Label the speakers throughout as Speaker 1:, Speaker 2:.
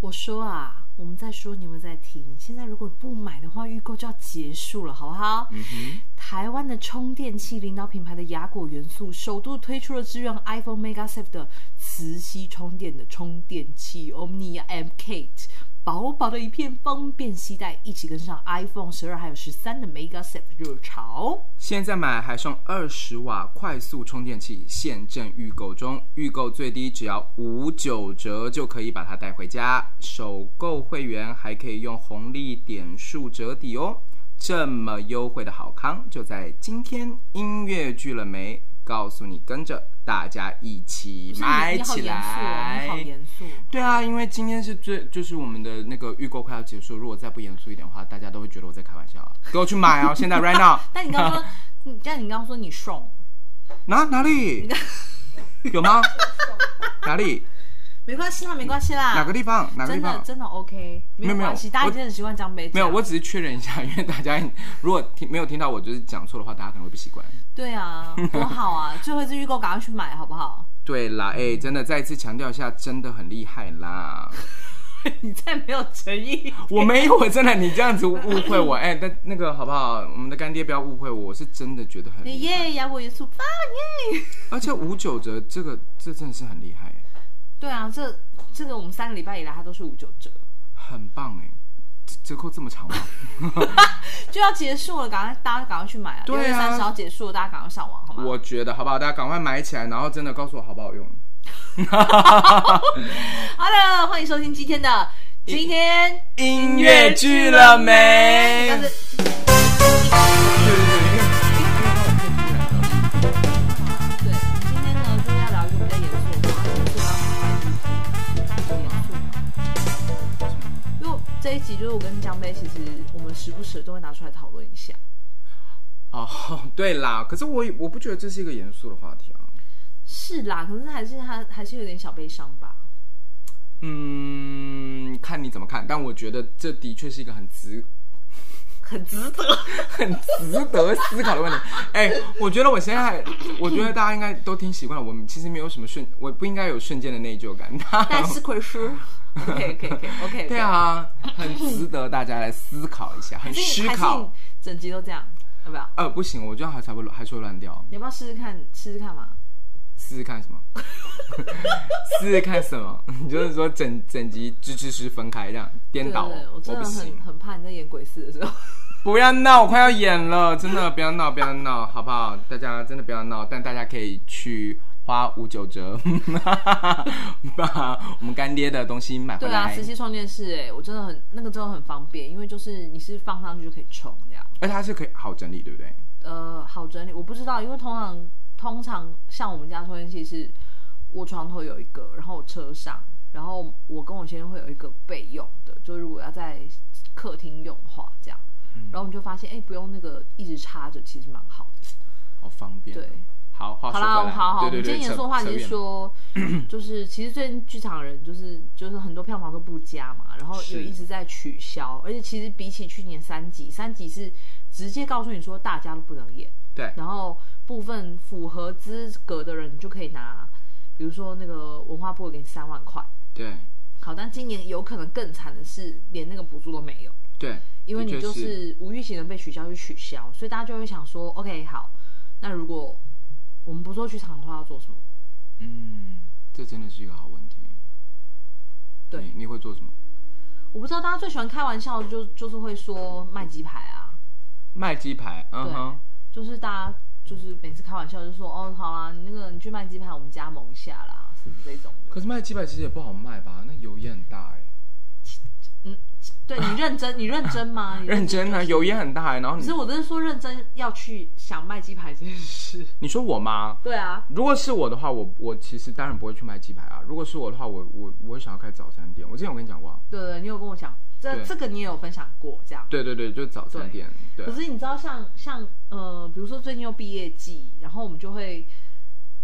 Speaker 1: 我说啊，我们在说，你有没有在听？现在如果不买的话，预购就要结束了，好不好？
Speaker 2: 嗯哼，
Speaker 1: 台湾的充电器领导品牌的雅果元素，首度推出了支援 iPhone MegaSafe 的磁吸充电的充电器 Omnia MK，薄薄的一片，方便携带，一起跟上 iPhone 十二还有十三的 MegaSafe 热潮。
Speaker 2: 现在买还送二十瓦快速充电器，现正预购中，预购最低只要五九折就可以把它带回家。首购会员还可以用红利点数折抵哦。这么优惠的好康就在今天！音乐剧了没？告诉你，跟着大家一起
Speaker 1: 不是
Speaker 2: 买
Speaker 1: 你
Speaker 2: 起
Speaker 1: 你
Speaker 2: 来！
Speaker 1: 好严肃、哦，你好严肃。
Speaker 2: 对啊，因为今天是最就是我们的那个预购快要结束，如果再不严肃一点的话，大家都会觉得我在开玩笑啊。给我去买哦，现在 right now！
Speaker 1: 但你刚刚 说，你但你刚刚说你送，
Speaker 2: 哪哪 里？有吗？哪里？
Speaker 1: 没关系啦，没关系啦。
Speaker 2: 哪个地方？哪个
Speaker 1: 啊
Speaker 2: 地
Speaker 1: 真的
Speaker 2: 方？
Speaker 1: 真的 OK，没
Speaker 2: 没有
Speaker 1: 有
Speaker 2: 没有
Speaker 1: 关系，大家
Speaker 2: 我
Speaker 1: 真的习惯长辈
Speaker 2: 没有，我只是确认一下， 因为大家如果听没有听到我就是讲错的话，大家可能会不习惯。
Speaker 1: 对 啊，多好啊！最后一次预购，赶快去买好不好？
Speaker 2: 对啦，
Speaker 1: 嗯
Speaker 2: 哎、真的再一次强调一下，真的很厉害 啦。
Speaker 1: 你再没有诚意，
Speaker 2: 我没有，真的，你这样子误 会我，哎、但那个好不好？我们的干爹不要误会我，我是真的觉得很厉害，
Speaker 1: 耶，摇滚元素棒耶！
Speaker 2: 而且五九折这个这真的是很厉害，哎
Speaker 1: 对啊，这这个我们三个礼拜以来它都是五九折，
Speaker 2: 很棒哎，折折扣这 么长吗？
Speaker 1: 就要结束了，赶快大家赶快去买啊！六
Speaker 2: 对啊
Speaker 1: 月三十号结束了，大家赶快上网好吗？
Speaker 2: 我觉得好不好？大家赶快买起来，然后真的告诉我好不好用。
Speaker 1: 好的，欢迎收听今天的今天
Speaker 2: 音哎
Speaker 1: 哎但是对，我们今天呢就是要聊一个比较严肃的话题，就是要聊严肃。因为这一集就是我跟江贝，其实我们时不时都会拿出来讨论一下。
Speaker 2: 哦，对啦，可是我也我不觉得这是一个严肃的话题啊。
Speaker 1: 是啦，可是还是他还是有点小悲伤吧。
Speaker 2: 嗯，看你怎么看，但我觉得这的确是一个很值、
Speaker 1: 很值得，
Speaker 2: 很值得思考的问题。哎、我觉得我现在，我觉得大家应该都听习惯了。我们其实没有什么瞬，我不应该有瞬间的内疚感。
Speaker 1: 但是可是，OK OK OK OK，
Speaker 2: 对，啊，很值得大家来思考一下，
Speaker 1: 还
Speaker 2: 很
Speaker 1: 是
Speaker 2: 思
Speaker 1: 你还是
Speaker 2: 考
Speaker 1: 你。整集都这样，要不要？
Speaker 2: 呃，不行，我觉得还才会还是会乱掉。
Speaker 1: 你要不要试试看，试试看嘛？
Speaker 2: 试试看什么？ 试试看什么？你就是说整整集吱吱吱分开这样颠
Speaker 1: 对
Speaker 2: 倒，
Speaker 1: 对，我真的
Speaker 2: 不
Speaker 1: 很
Speaker 2: 行，
Speaker 1: 很怕你在演鬼事的 时候。
Speaker 2: 不要闹，我快要演了，真的不要闹，不要闹，好不好？大家真的不要闹，但大家可以去花五九折， 把我们干爹的东西买回
Speaker 1: 对啊，
Speaker 2: 来
Speaker 1: 磁，吸充电式，哎，我真的很那个真的很方便，因为就是你是放上去就可以充这样。
Speaker 2: 而且它是可以好整理，对不对？
Speaker 1: 呃，好整理，我不知道，因为通常通常像我们家充电器是，我床头有一个，然后我车上，然后我跟我先生会有一个备用的，就如果要在客厅用的话，这样，
Speaker 2: 嗯
Speaker 1: 然后我们就发现，哎、不用那个一直插着，其实蛮好的。
Speaker 2: 好方便。
Speaker 1: 对，
Speaker 2: 啊好，话
Speaker 1: 好
Speaker 2: 说
Speaker 1: 啦，
Speaker 2: 回
Speaker 1: 我
Speaker 2: 来，
Speaker 1: 好好，我
Speaker 2: 对
Speaker 1: 们今
Speaker 2: 对对，
Speaker 1: 天严肃的话
Speaker 2: 扯
Speaker 1: 题是，说， 就是其实最近剧场人就是就是很多票房都不佳嘛，然后有
Speaker 2: 是
Speaker 1: 一直在取消，而且其实比起去年三级，三级是直接告诉你说大家都不能演，
Speaker 2: 扯远对，
Speaker 1: 然后部分符合资格的人你就可以拿，比如说那个文化部给你三万块，
Speaker 2: 对，
Speaker 1: 好，但今年有可能更惨的是连那个补助都没有。
Speaker 2: 对，
Speaker 1: 因为
Speaker 2: 的
Speaker 1: 你
Speaker 2: 确
Speaker 1: 就是无预警的被取消就取消，所以大家就会想说，OK，好，那如果我们不做剧场的话，要做什么？
Speaker 2: 嗯，这真的是一个好问题。
Speaker 1: 对
Speaker 2: 你，你会做什么？
Speaker 1: 我不知道大家最喜欢开玩笑的就就是会说卖鸡排啊，
Speaker 2: 卖鸡排，嗯哼，
Speaker 1: 就是大家就是每次开玩笑就说，哦，好啦，你那个你去卖鸡排，我们加盟一下啦，什么这种的。
Speaker 2: 可是卖鸡排其实也不好卖吧？那油烟很大哎、
Speaker 1: 对你认真，你认真吗？你
Speaker 2: 认真啊，油烟很大哎、然后
Speaker 1: 嗯可
Speaker 2: 你
Speaker 1: 是我真是说认真要去想卖鸡排这件事。
Speaker 2: 你说我吗？
Speaker 1: 对啊，
Speaker 2: 如果是我的话，我我其实当然不会去卖鸡排啊。如果是我的话，我我我会想要开早餐店。我之前有跟你讲过、啊，
Speaker 1: 对对，你有跟我讲，这
Speaker 2: 对
Speaker 1: 这个你也有分享过，这样。
Speaker 2: 对对对，就是早餐店。对，啊
Speaker 1: 可是你知道像，像呃，比如说最近又毕业季，然后我们就会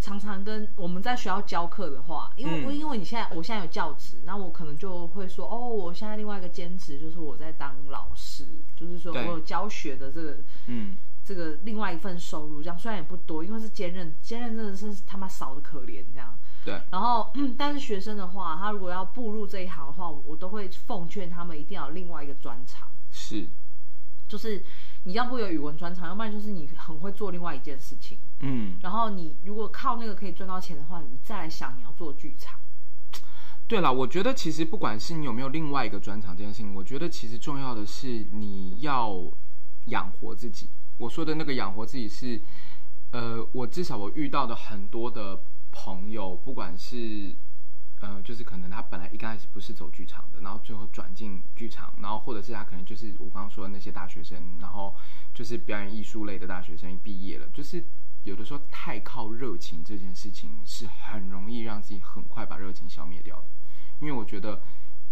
Speaker 1: 常常跟我们在学校教课的话，因为、
Speaker 2: 嗯
Speaker 1: 因为你现在我现在有教职，那我可能就会说，哦，我现在另外一个兼职就是我在当老师，就是说我
Speaker 2: 对
Speaker 1: 有教学的这个
Speaker 2: 嗯，
Speaker 1: 这个另外一份收入，这样虽然也不多，因为是兼任，兼任真的是他妈少的可怜这样。
Speaker 2: 对，
Speaker 1: 然后，嗯但是学生的话，他如果要步入这一行的话，我我都会奉劝他们一定要有另外一个专长，
Speaker 2: 是，
Speaker 1: 就是你要不有语文专长，要不然就是你很会做另外一件事情。
Speaker 2: 嗯，
Speaker 1: 然后你如果靠那个可以赚到钱的话，你再来想你要做剧场。
Speaker 2: 对了，我觉得其实不管是你有没有另外一个专长这件事情，我觉得其实重要的是你要养活自己。我说的那个养活自己是，呃，我至少我遇到的很多的朋友，不管是呃，就是可能他本来一开始不是走剧场的，然后最后转进剧场，然后或者是他可能就是我刚刚说的那些大学生，然后就是表演艺术类的大学生毕业了，就是有的时候太靠热情这件事情是很容易让自己很快把热情消灭掉的，因为我觉得，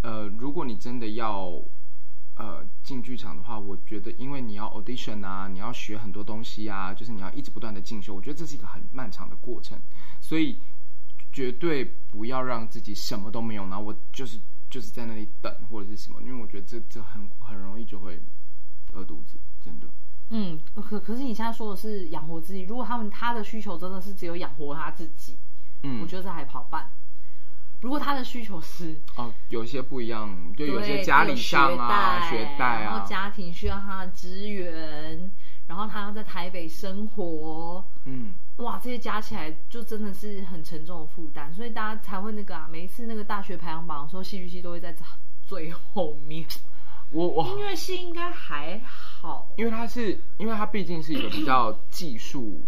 Speaker 2: 呃，如果你真的要呃进剧场的话，我觉得因为你要 audition 啊，你要学很多东西啊，就是你要一直不断的进修，我觉得这是一个很漫长的过程，所以绝对不要让自己什么都没有，然后我就是就是在那里等或者是什么，因为我觉得这这很很容易就会饿肚子，真的。
Speaker 1: 嗯，可可是你现在说的是养活自己，如果他们他的需求真的是只有养活他自己，
Speaker 2: 嗯，
Speaker 1: 我觉得这还好办。如果他的需求是
Speaker 2: 哦，有些不一样，就有些
Speaker 1: 对
Speaker 2: 家
Speaker 1: 他有
Speaker 2: 里上啊，
Speaker 1: 学
Speaker 2: 学贷
Speaker 1: 然
Speaker 2: 啊
Speaker 1: 后，家庭需要他的支援，然后他要在台北生活，
Speaker 2: 嗯，
Speaker 1: 哇，这些加起来就真的是很沉重的负担，所以大家才会那个啊，每一次那个大学排行榜说戏剧系都会在最后面，
Speaker 2: 我我
Speaker 1: 音乐系应该还好。
Speaker 2: 因为它是，因为它毕竟是一个比较技术，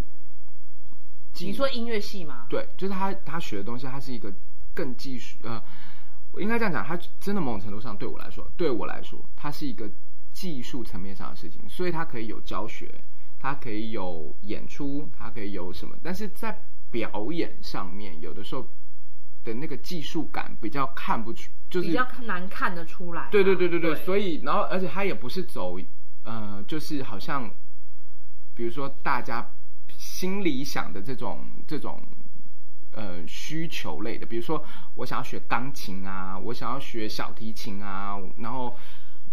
Speaker 2: 技
Speaker 1: 你说音乐系吗？
Speaker 2: 对，就是他他学的东西，它是一个更技术，呃，我应该这样讲，它真的某种程度上对我来说，对我来说，它是一个技术层面上的事情，所以它可以有教学，它可以有演出，它可以有什么，但是在表演上面，有的时候的那个技术感比较看不出，就是
Speaker 1: 比较难看得出来啊。
Speaker 2: 对对对对对，所
Speaker 1: 以
Speaker 2: 以然后而且他也不是走，呃，就是好像，比如说大家心里想的这种这种呃需求类的，比如说我想要学钢琴啊，我想要学小提琴啊，然后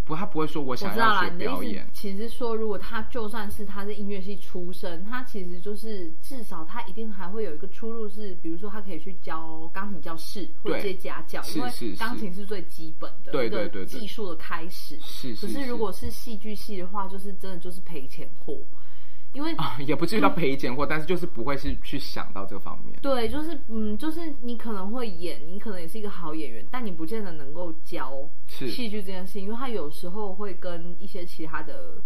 Speaker 2: 不他不会说我
Speaker 1: 我
Speaker 2: 想
Speaker 1: 知道
Speaker 2: 要
Speaker 1: 啦，
Speaker 2: 学
Speaker 1: 你
Speaker 2: 表
Speaker 1: 的意
Speaker 2: 演
Speaker 1: 思，其实说，如果他就算是他是音乐系出身，他其实就是至少他一定还会有一个出路是，比如说他可以去教钢琴教室或者
Speaker 2: 对
Speaker 1: 接家教，
Speaker 2: 是
Speaker 1: 因
Speaker 2: 是
Speaker 1: 为
Speaker 2: 是
Speaker 1: 钢琴是最基本的
Speaker 2: 对
Speaker 1: 一
Speaker 2: 对
Speaker 1: 个
Speaker 2: 对对
Speaker 1: 技术的开始。
Speaker 2: 是
Speaker 1: 可
Speaker 2: 是
Speaker 1: 是如果是戏剧系的话，就是真的就是赔钱货，因为
Speaker 2: 啊 也不至 于到赔钱货，但是就是不会是去想到这方面，
Speaker 1: 对，就是嗯，就是你可能会演，你可能也是一个好演员，但你不见得能够教
Speaker 2: 是
Speaker 1: 戏剧这件事情，因为它有时候会跟一些其他的，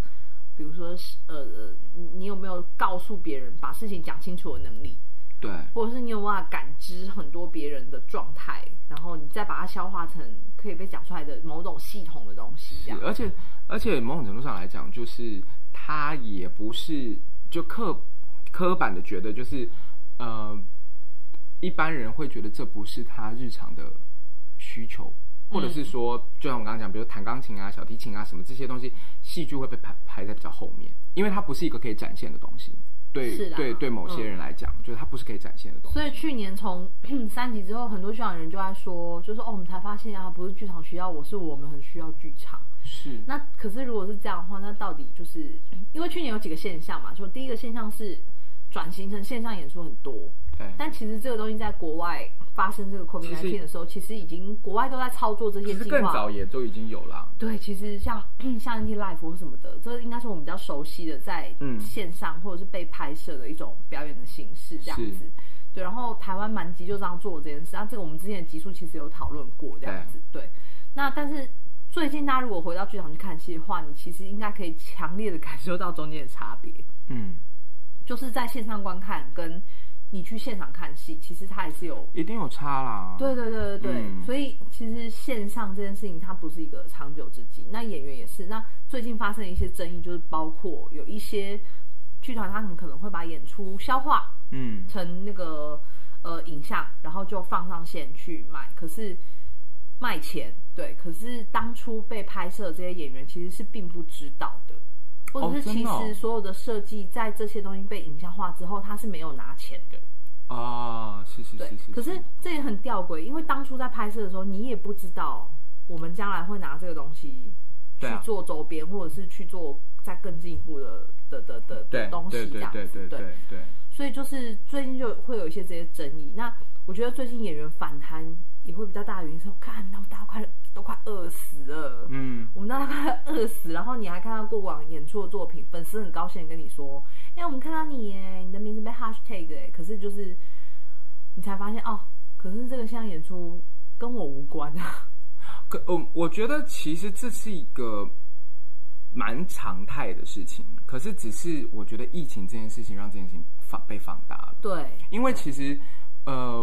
Speaker 1: 比如说是呃，你你有没有告诉别人把事情讲清楚的能力，
Speaker 2: 对
Speaker 1: 或者是你有没有办法感知很多别人的状态，然后你再把它消化成可以被讲出来的某种系统的东西，这样
Speaker 2: 是而且而且某种程度上来讲，就是他也不是就刻刻板的觉得，就是呃，一般人会觉得这不是他日常的需求，或者是说，就像我刚刚讲，比如弹钢琴啊、小提琴啊什么这些东西，戏剧会被排排在比较后面，因为它不是一个可以展现的东西。对
Speaker 1: 是啦
Speaker 2: 对对，某些人来讲，就是它不是可以展现的东西。
Speaker 1: 所以去年从 三级之后，很多剧场人就在说，就说哦，我们才发现啊，不是剧场需要我，是我们很需要剧场。
Speaker 2: 是
Speaker 1: 那可是如果是这样的话，那到底就是因为去年有几个现象嘛？就第一个现象是转型成线上演出很多，
Speaker 2: 对，
Speaker 1: 但其实这个东西在国外发生这个 COVID
Speaker 2: 其实
Speaker 1: 19的时候，其实已经国外都在操作这些
Speaker 2: 其实
Speaker 1: 计
Speaker 2: 更
Speaker 1: 划
Speaker 2: 早。也都已经有了。
Speaker 1: 对，其实像 像 NT Live 或什么的，这应该是我们比较熟悉的，在
Speaker 2: 嗯
Speaker 1: 线上或者是被拍摄的一种表演的形式，这样子
Speaker 2: 是。
Speaker 1: 对，然后台湾蛮集就这样做这件事，啊那这个我们之前的集数其实有讨论过这样子。对，那但是最近大家如果回到剧场去看戏的话，你其实应该可以强烈的感受到中间的差别，
Speaker 2: 嗯，
Speaker 1: 就是在线上观看跟你去现场看戏，其实它也是有
Speaker 2: 一定有差啦。
Speaker 1: 对对对对对，
Speaker 2: 嗯
Speaker 1: 所以其实线上这件事情它不是一个长久之计，那演员也是。那最近发生的一些争议，就是包括有一些剧团他们可能会把演出消化
Speaker 2: 嗯，
Speaker 1: 成那个呃影像，然后就放上线去卖，可是卖钱。对，可是当初被拍摄的这些演员其实是并不知道的，或者
Speaker 2: 哦
Speaker 1: 是
Speaker 2: 真
Speaker 1: 其
Speaker 2: 的哦
Speaker 1: 实所有的设计在这些东西被影像化之后，他是没有拿钱的。
Speaker 2: 啊，是是
Speaker 1: 对
Speaker 2: 是是。
Speaker 1: 可是这也很吊诡，因为当初在拍摄的时候，你也不知道我们将来会拿这个东西去
Speaker 2: 对啊
Speaker 1: 做周边，或者是去做再更进一步的的的的的
Speaker 2: 对
Speaker 1: 东西
Speaker 2: 对
Speaker 1: 这
Speaker 2: 对
Speaker 1: 样
Speaker 2: 对
Speaker 1: 子。
Speaker 2: 对对对，
Speaker 1: 所所以就是最近就会有一些这些争议。那我觉得最近演员反弹也会比较大的原因是，我看他们大家快都快饿死了，
Speaker 2: 嗯，
Speaker 1: 我们大家快饿死，然后你还看到过往演出的作品，粉丝很高兴的跟你说，哎、我们看到你耶，你的名字被 hashtag 哎，可是就是你才发现哦，可是这个项演出跟我无关 啊，
Speaker 2: 可嗯，我觉得其实这是一个蛮常态的事情，可是只是我觉得疫情这件事情让这件事情放被放大了，
Speaker 1: 对，
Speaker 2: 因为其实呃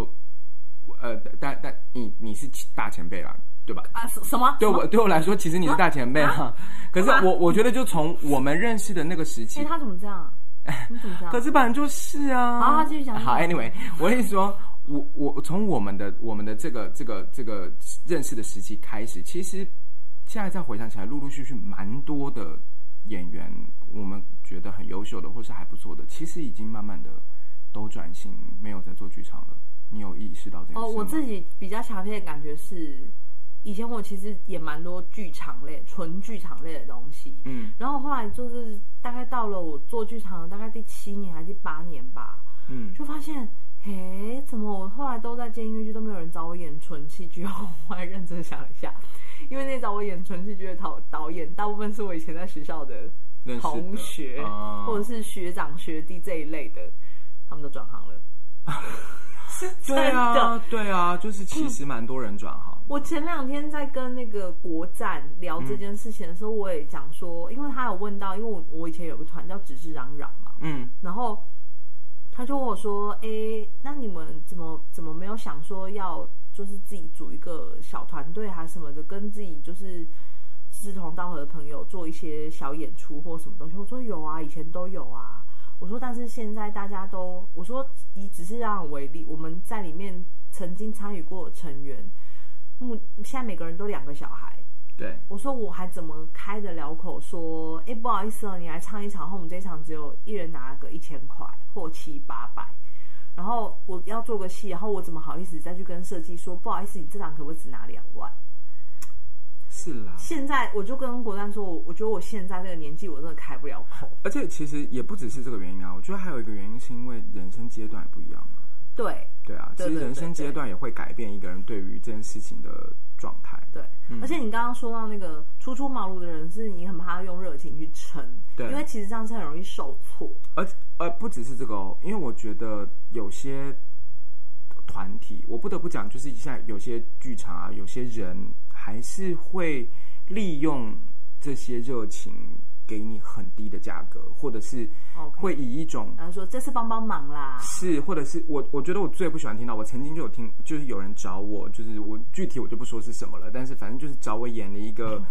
Speaker 2: 我呃，但但你你是大前辈啦，对吧？
Speaker 1: 啊什什么
Speaker 2: 对我对我来说，其实你是大前辈 啊。可是我我觉得，就从我们认识的那个时
Speaker 1: 哎、
Speaker 2: 期，
Speaker 1: 他怎么这样？你怎么这样？
Speaker 2: 可是本来就是啊。
Speaker 1: 啊好他继续讲
Speaker 2: 好，anyway，我跟你说，我我从我们的我们的这个这个这个认识的时期开始，其实现在再回想起来，陆陆续续蛮多的演员，我们觉得很优秀的，或是还不错的，其实已经慢慢的都转型，没有在做剧场了。你有意识到这件事吗？
Speaker 1: 哦，我自己比较强烈的感觉是，以前我其实也蛮多剧场类、纯剧场类的东西，
Speaker 2: 嗯
Speaker 1: 然后后来就是大概到了我做剧场的大概第七年还是第八年吧，
Speaker 2: 嗯，
Speaker 1: 就发现，嘿，怎么我后来都在接音乐剧，都没有人找我演纯戏剧？然后 我还认真想了一下，因为那找我演纯戏剧的导导演，大部分是我以前在学校的
Speaker 2: 认识的
Speaker 1: 同学，
Speaker 2: 哦
Speaker 1: 或者是学长学弟这一类的，他们都转行了。是真
Speaker 2: 对啊
Speaker 1: 的，
Speaker 2: 对啊，就是其实蛮多人转行。
Speaker 1: 我前两天在跟那个国战聊
Speaker 2: 嗯
Speaker 1: 这件事情的时候，我也讲说，因为他有问到，因为我我以前有个团叫“只是嚷嚷”嘛，
Speaker 2: 嗯
Speaker 1: 然后他就问我说：“诶，那你们怎么怎么没有想说要就是自己组一个小团队还是什么的，跟自己就是志同道合的朋友做一些小演出或什么东西？”我说：“有啊，以前都有啊。”我说：“但是现在大家都……我说以只是让我为例，我们在里面曾经参与过的成员，目现在每个人都两个小孩。”，
Speaker 2: 对，
Speaker 1: 我说我还怎么开得了口说，哎，不好意思哦，你来唱一场，然后我们这一场只有一人拿个一千块或七八百，然后我要做个戏，然后我怎么好意思再去跟设计说，不好意思，你这场可不可以只拿两 万？
Speaker 2: 是啦。
Speaker 1: 现在我就跟国丹说，我我觉得我现在这个年纪，我真的开不了口。
Speaker 2: 而且其实也不只是这个原因啊，我觉得还有一个原因是因为人生阶段也不一样。
Speaker 1: 对，
Speaker 2: 对啊，
Speaker 1: 对
Speaker 2: 其实
Speaker 1: 对
Speaker 2: 人
Speaker 1: 对
Speaker 2: 生阶
Speaker 1: 对
Speaker 2: 段也会改变一个人对于这件事情的状态。
Speaker 1: 对，
Speaker 2: 嗯
Speaker 1: 而且你刚刚说到那个初出茅庐的人，是你很怕他用热情去撑，
Speaker 2: 对
Speaker 1: 因为其实这样是很容易受挫。
Speaker 2: 而而不只是这个哦，因为我觉得有些团体，我不得不讲，就是现在有些剧场啊，有些人还是会利用这些热情给你很低的价格，或者是
Speaker 1: OK
Speaker 2: 会以一种
Speaker 1: 然后说这次帮帮忙啦，
Speaker 2: 是，或者是我，我觉得我最不喜欢听到，我曾经就有听，就是有人找我，就是我具体我就不说是什么了，但是反正就是找我演了一个，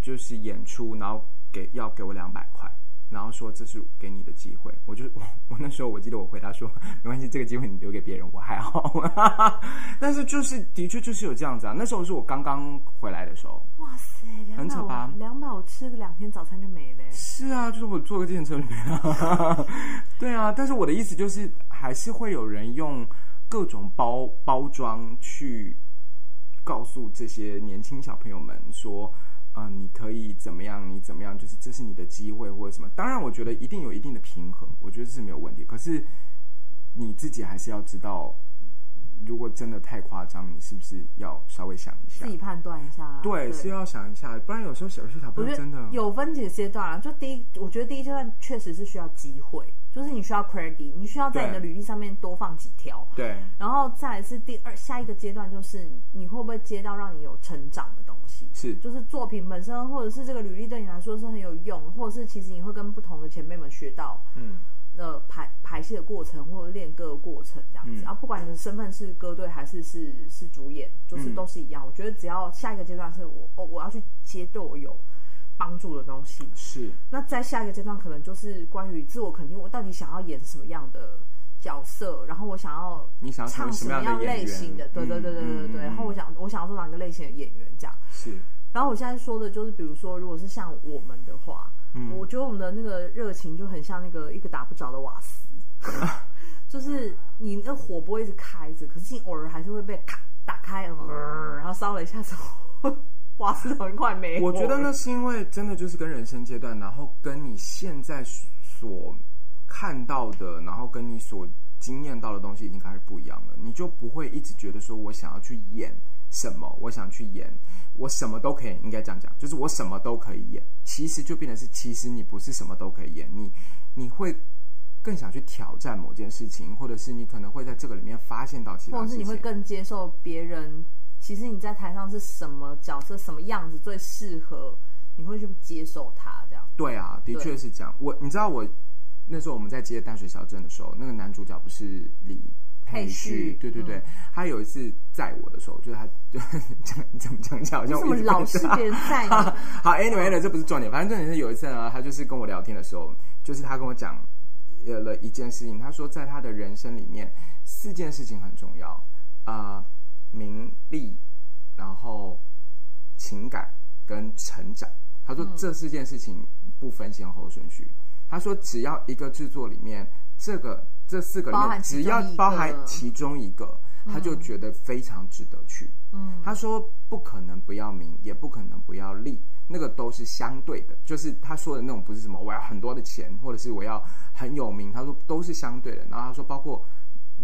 Speaker 2: 就是演出，然后给要给我两百块，然后说这是给你的机会，我就 我我那时候我记得我回答说没关系，这个机会你留给别人，我还好， 但是就是的确就是有这样子啊，那时候是我刚刚回来的时候，
Speaker 1: 哇塞，两
Speaker 2: 很扯吧
Speaker 1: 百两百，我吃个两天早餐就没了欸。
Speaker 2: 是啊，就是我坐个电车里面、啊， 对啊。但是我的意思就是，还是会有人用各种包包装去告诉这些年轻小朋友们说，啊、你可以怎么样，你怎么样，就是这是你的机会或者什么。当然，我觉得一定有一定的平衡，我觉得是没有问题。可是你自己还是要知道，如果真的太夸张，你是不是要稍微想一下
Speaker 1: 自？己判断一下啦。
Speaker 2: 对，是要想一下，不然有时候小有些小
Speaker 1: 我
Speaker 2: 朋友
Speaker 1: 觉
Speaker 2: 真的
Speaker 1: 得有分几个阶段啊。就第一，我觉得第一阶段确实是需要机会，就是你需要 credit，你需要在你的
Speaker 2: 对
Speaker 1: 履历上面多放几条。
Speaker 2: 对。
Speaker 1: 然后再来是第二下一个阶段，就是你会不会接到让你有成长的东西？
Speaker 2: 是
Speaker 1: 就是作品本身，或者是这个履历对你来说是很有用，或者是其实你会跟不同的前辈们学到，
Speaker 2: 嗯，
Speaker 1: 呃排排戏的过程或者练歌的过程这样子，
Speaker 2: 嗯
Speaker 1: 然后不管你的身份是歌队还是是是主演，就是
Speaker 2: 嗯
Speaker 1: 都是一样。我觉得只要下一个阶段是我哦，我要去接对我有帮助的东西，
Speaker 2: 是，
Speaker 1: 那在下一个阶段可能就是关于自我肯定，我到底想要演什么样的角色，然后我想要
Speaker 2: 你想要成
Speaker 1: 唱
Speaker 2: 为什
Speaker 1: 什
Speaker 2: 么样的
Speaker 1: 样
Speaker 2: 演
Speaker 1: 类
Speaker 2: 员
Speaker 1: 型的，对对对对对对
Speaker 2: 嗯嗯嗯
Speaker 1: 对，然后我想我想要做哪个类型的演员这样。
Speaker 2: 是，
Speaker 1: 然后我现在说的就是，比如说，如果是像我们的话，
Speaker 2: 嗯
Speaker 1: 我觉得我们的那个热情就很像那个一个打不着的瓦 斯，就是你那火不会一直开着，可是你偶尔还是会被咔打开，呃然后烧了一下之后， 瓦斯很快没火
Speaker 2: 我
Speaker 1: 了。
Speaker 2: 觉得那是因为真的就是跟人生阶段，然后跟你现在所看到的，然后跟你所经验到的东西已经开始不一样了，你就不会一直觉得说我想要去演什么，我想去演，我什么都可以，应该这样讲，就是我什么都可以演。其实就变成是，其实你不是什么都可以演，你你会更想去挑战某件事情，或者是你可能会在这个里面发现到其他
Speaker 1: 或
Speaker 2: 事
Speaker 1: 者是
Speaker 2: 情，
Speaker 1: 你会更接受别人，其实你在台上是什么角色、什么样子最适合，你会去接受他这样。
Speaker 2: 对啊，的确是这样。我你知道我那时候我们在接《淡水小镇》的时候，那个男主角不是李
Speaker 1: 佩
Speaker 2: 旭
Speaker 1: 旭？
Speaker 2: 对对对，他有一次载我的时候，就是他就怎么讲讲，好像
Speaker 1: 为什
Speaker 2: 我
Speaker 1: 么
Speaker 2: 一直
Speaker 1: 老是别人在
Speaker 2: 好
Speaker 1: 你？
Speaker 2: 好，anyway，anyway，这不是重点，反正重点是有一次呢，他就是跟我聊天的时候，就是他跟我讲呃了一件事情，他说在他的人生里面，四件事情很重要，呃，名利，然后情感跟成长。他
Speaker 1: 嗯
Speaker 2: 说这四件事情不分先后顺序。他说只要一个制作里面，这个这四个里
Speaker 1: 包含
Speaker 2: 面
Speaker 1: 其
Speaker 2: 只
Speaker 1: 中
Speaker 2: 要
Speaker 1: 一
Speaker 2: 包含
Speaker 1: 个
Speaker 2: 其中一个，他就觉得非常值得去。
Speaker 1: 嗯，
Speaker 2: 他说不可能不要名，也不可能不要利，那个都是相对的。就是他说的那种不是什么我要很多的钱，或者是我要很有名，他说都是相对的。然后他说包括